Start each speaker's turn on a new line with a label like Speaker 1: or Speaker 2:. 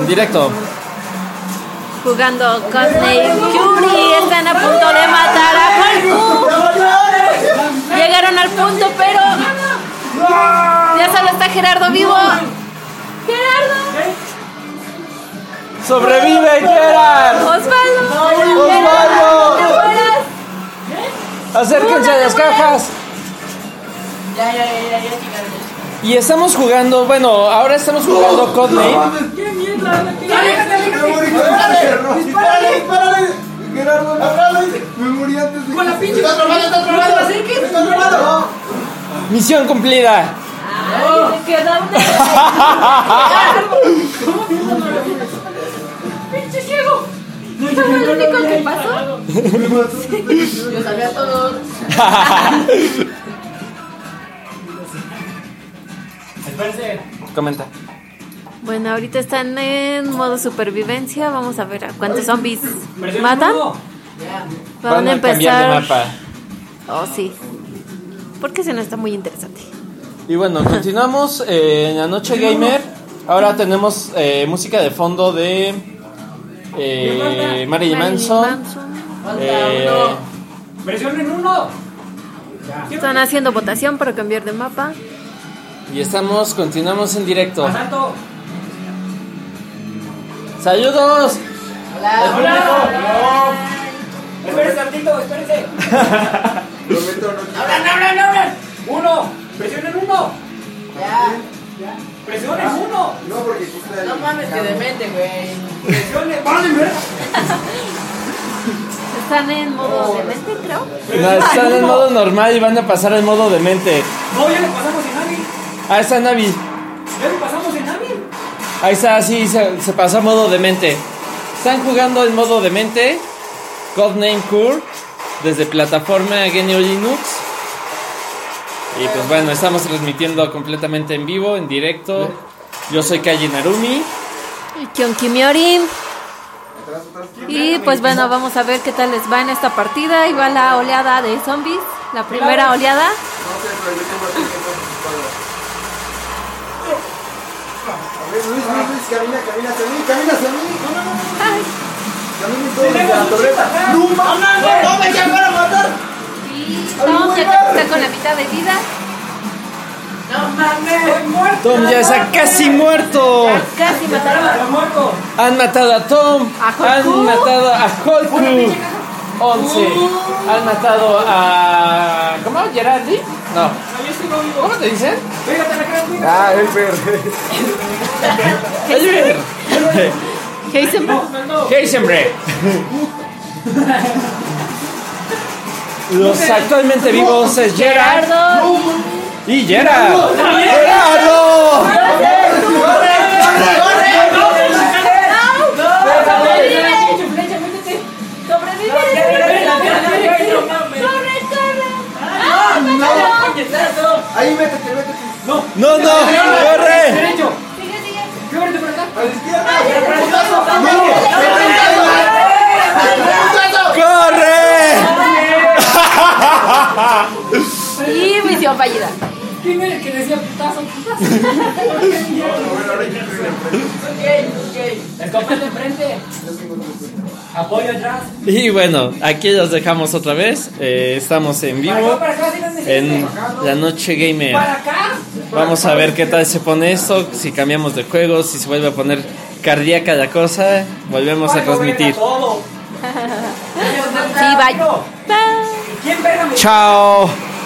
Speaker 1: en directo.
Speaker 2: Jugando Cosney Curie, están a punto de matar a Goku. Llegaron al punto, pero ya solo está Gerardo vivo. Gerardo.
Speaker 1: ¡Sobrevive, Gerard!
Speaker 2: Osvaldo.
Speaker 1: Osvaldo.
Speaker 2: Gerardo, ¿te mueras?
Speaker 1: ¡Acérquense a las cajas!
Speaker 3: Ya, ya, ya, ya, ya llegaron.
Speaker 1: Y estamos jugando, bueno, ahora estamos jugando Codename.
Speaker 4: Me morí con Gerardo. Dispárale, dispárale. Gerardo, dispárale. Me morí antes de. Con la pinche. Está robando, está robando. Está robando.
Speaker 1: Misión cumplida.
Speaker 2: Ay, se quedó una- ¡Pinche ciego! ¿Fue lo único que pasó?
Speaker 4: Me mató.
Speaker 3: Yo sabía todo.
Speaker 1: Comenta.
Speaker 2: Bueno, ahorita están en modo supervivencia. Vamos a ver a cuántos zombies matan. Van
Speaker 1: cambiar de
Speaker 2: a empezar.
Speaker 1: mapa.
Speaker 2: Oh, sí. Porque se no está muy interesante.
Speaker 1: Y bueno, continuamos eh, en la noche gamer. Ahora tenemos eh, música de fondo de eh, Marilyn Manson. Eh,
Speaker 5: ¡Versión en uno!
Speaker 2: Están haciendo votación para cambiar de mapa.
Speaker 1: y estamos, continuamos en directo.
Speaker 5: ¡Asalto!
Speaker 1: ¡Saludos!
Speaker 5: ¡Hola! ¡Espérense tantito! ¡Espérense!
Speaker 4: Lo meto, no.
Speaker 5: ¡No hablan, no hablan, no hablan! ¡Uno! ¡Presionen uno! ¡Presionen uno!
Speaker 4: No, porque quita el-
Speaker 3: No mames, que demente, güey.
Speaker 5: ¡Presionen! ¡Párenme!
Speaker 2: Están en modo de mente, creo.
Speaker 1: No, están en modo normal y van a pasar al modo demente.
Speaker 5: ¡No, ya le pasamos en Navi!
Speaker 1: Ahí está Navi.
Speaker 5: ¡Ya le pasamos en Navi!
Speaker 1: Ahí está, sí, se, se pasó a modo demente. Están jugando en modo demente. Codename Cure. Desde plataforma Genio Linux. Y pues bueno, estamos transmitiendo completamente en vivo, en directo. Yo soy Kaji Narumi.
Speaker 2: Y Kyonki Miori. Y pues bueno, vamos a ver qué tal les va en esta partida. Igual la oleada de zombies, la primera oleada.
Speaker 4: No sé, pero yo tengo aquí que son mis padres. A ver, Luis, Luis, Luis, camina, camina hacia mí, camina hacia mí. No, no, no, no.
Speaker 2: Ay,
Speaker 4: Camina y todo hacia la torreta. ¡No mames! ¡No mames, ya van a matar!
Speaker 2: sí, Tom ya casi está con la mitad de vida.
Speaker 3: No mames.
Speaker 1: Tom ya está casi muerto.
Speaker 2: Casi mataron a
Speaker 5: ¡Está muerto!
Speaker 1: Han matado a Tom.
Speaker 2: ¿A Hulk?
Speaker 1: Han matado a Hulk. 11. Han matado a. ¿Cómo? ¿Gerardi? No.
Speaker 5: ¡No, yo estoy conmigo!
Speaker 1: ¿Cómo te dicen?
Speaker 5: ¡Pégate la cara, cuida!
Speaker 4: Ah, el verde.
Speaker 1: Elber.
Speaker 2: Heisenberg.
Speaker 5: ¡Osvaldo!
Speaker 1: Heisenberg. Los actualmente vivos es Gerard
Speaker 2: Gerardo.
Speaker 1: y Gerard. ¡Gerardo!
Speaker 2: ¡Sobrevive! ¡Sobrevive! ¡Corre, corre! ¡Ah, mátalo!
Speaker 4: Ahí métete, métete.
Speaker 1: No, no, corre.
Speaker 5: ¡Derecho!
Speaker 2: Sigue, sigue.
Speaker 5: ¡Llévate por acá!
Speaker 4: A la izquierda. ¡No! ¡Me
Speaker 1: Corre.
Speaker 2: Y misión fallida.
Speaker 5: ¿Quién era el que decía putazo, putazo? Escopeta enfrente. Apoyo atrás.
Speaker 1: Y bueno, aquí los dejamos otra vez. Eh, estamos en vivo
Speaker 5: Para acá, para acá, si no
Speaker 1: en
Speaker 5: necesitas.
Speaker 1: la noche gamer.
Speaker 5: Para acá.
Speaker 1: Vamos a ver qué tal se pone esto, si cambiamos de juego, si se vuelve a poner cardíaca la cosa, volvemos a
Speaker 5: Para
Speaker 1: transmitir.
Speaker 5: verga todo.
Speaker 2: Sí, bye. Bye.
Speaker 5: ¿Quién verga me
Speaker 1: Chao.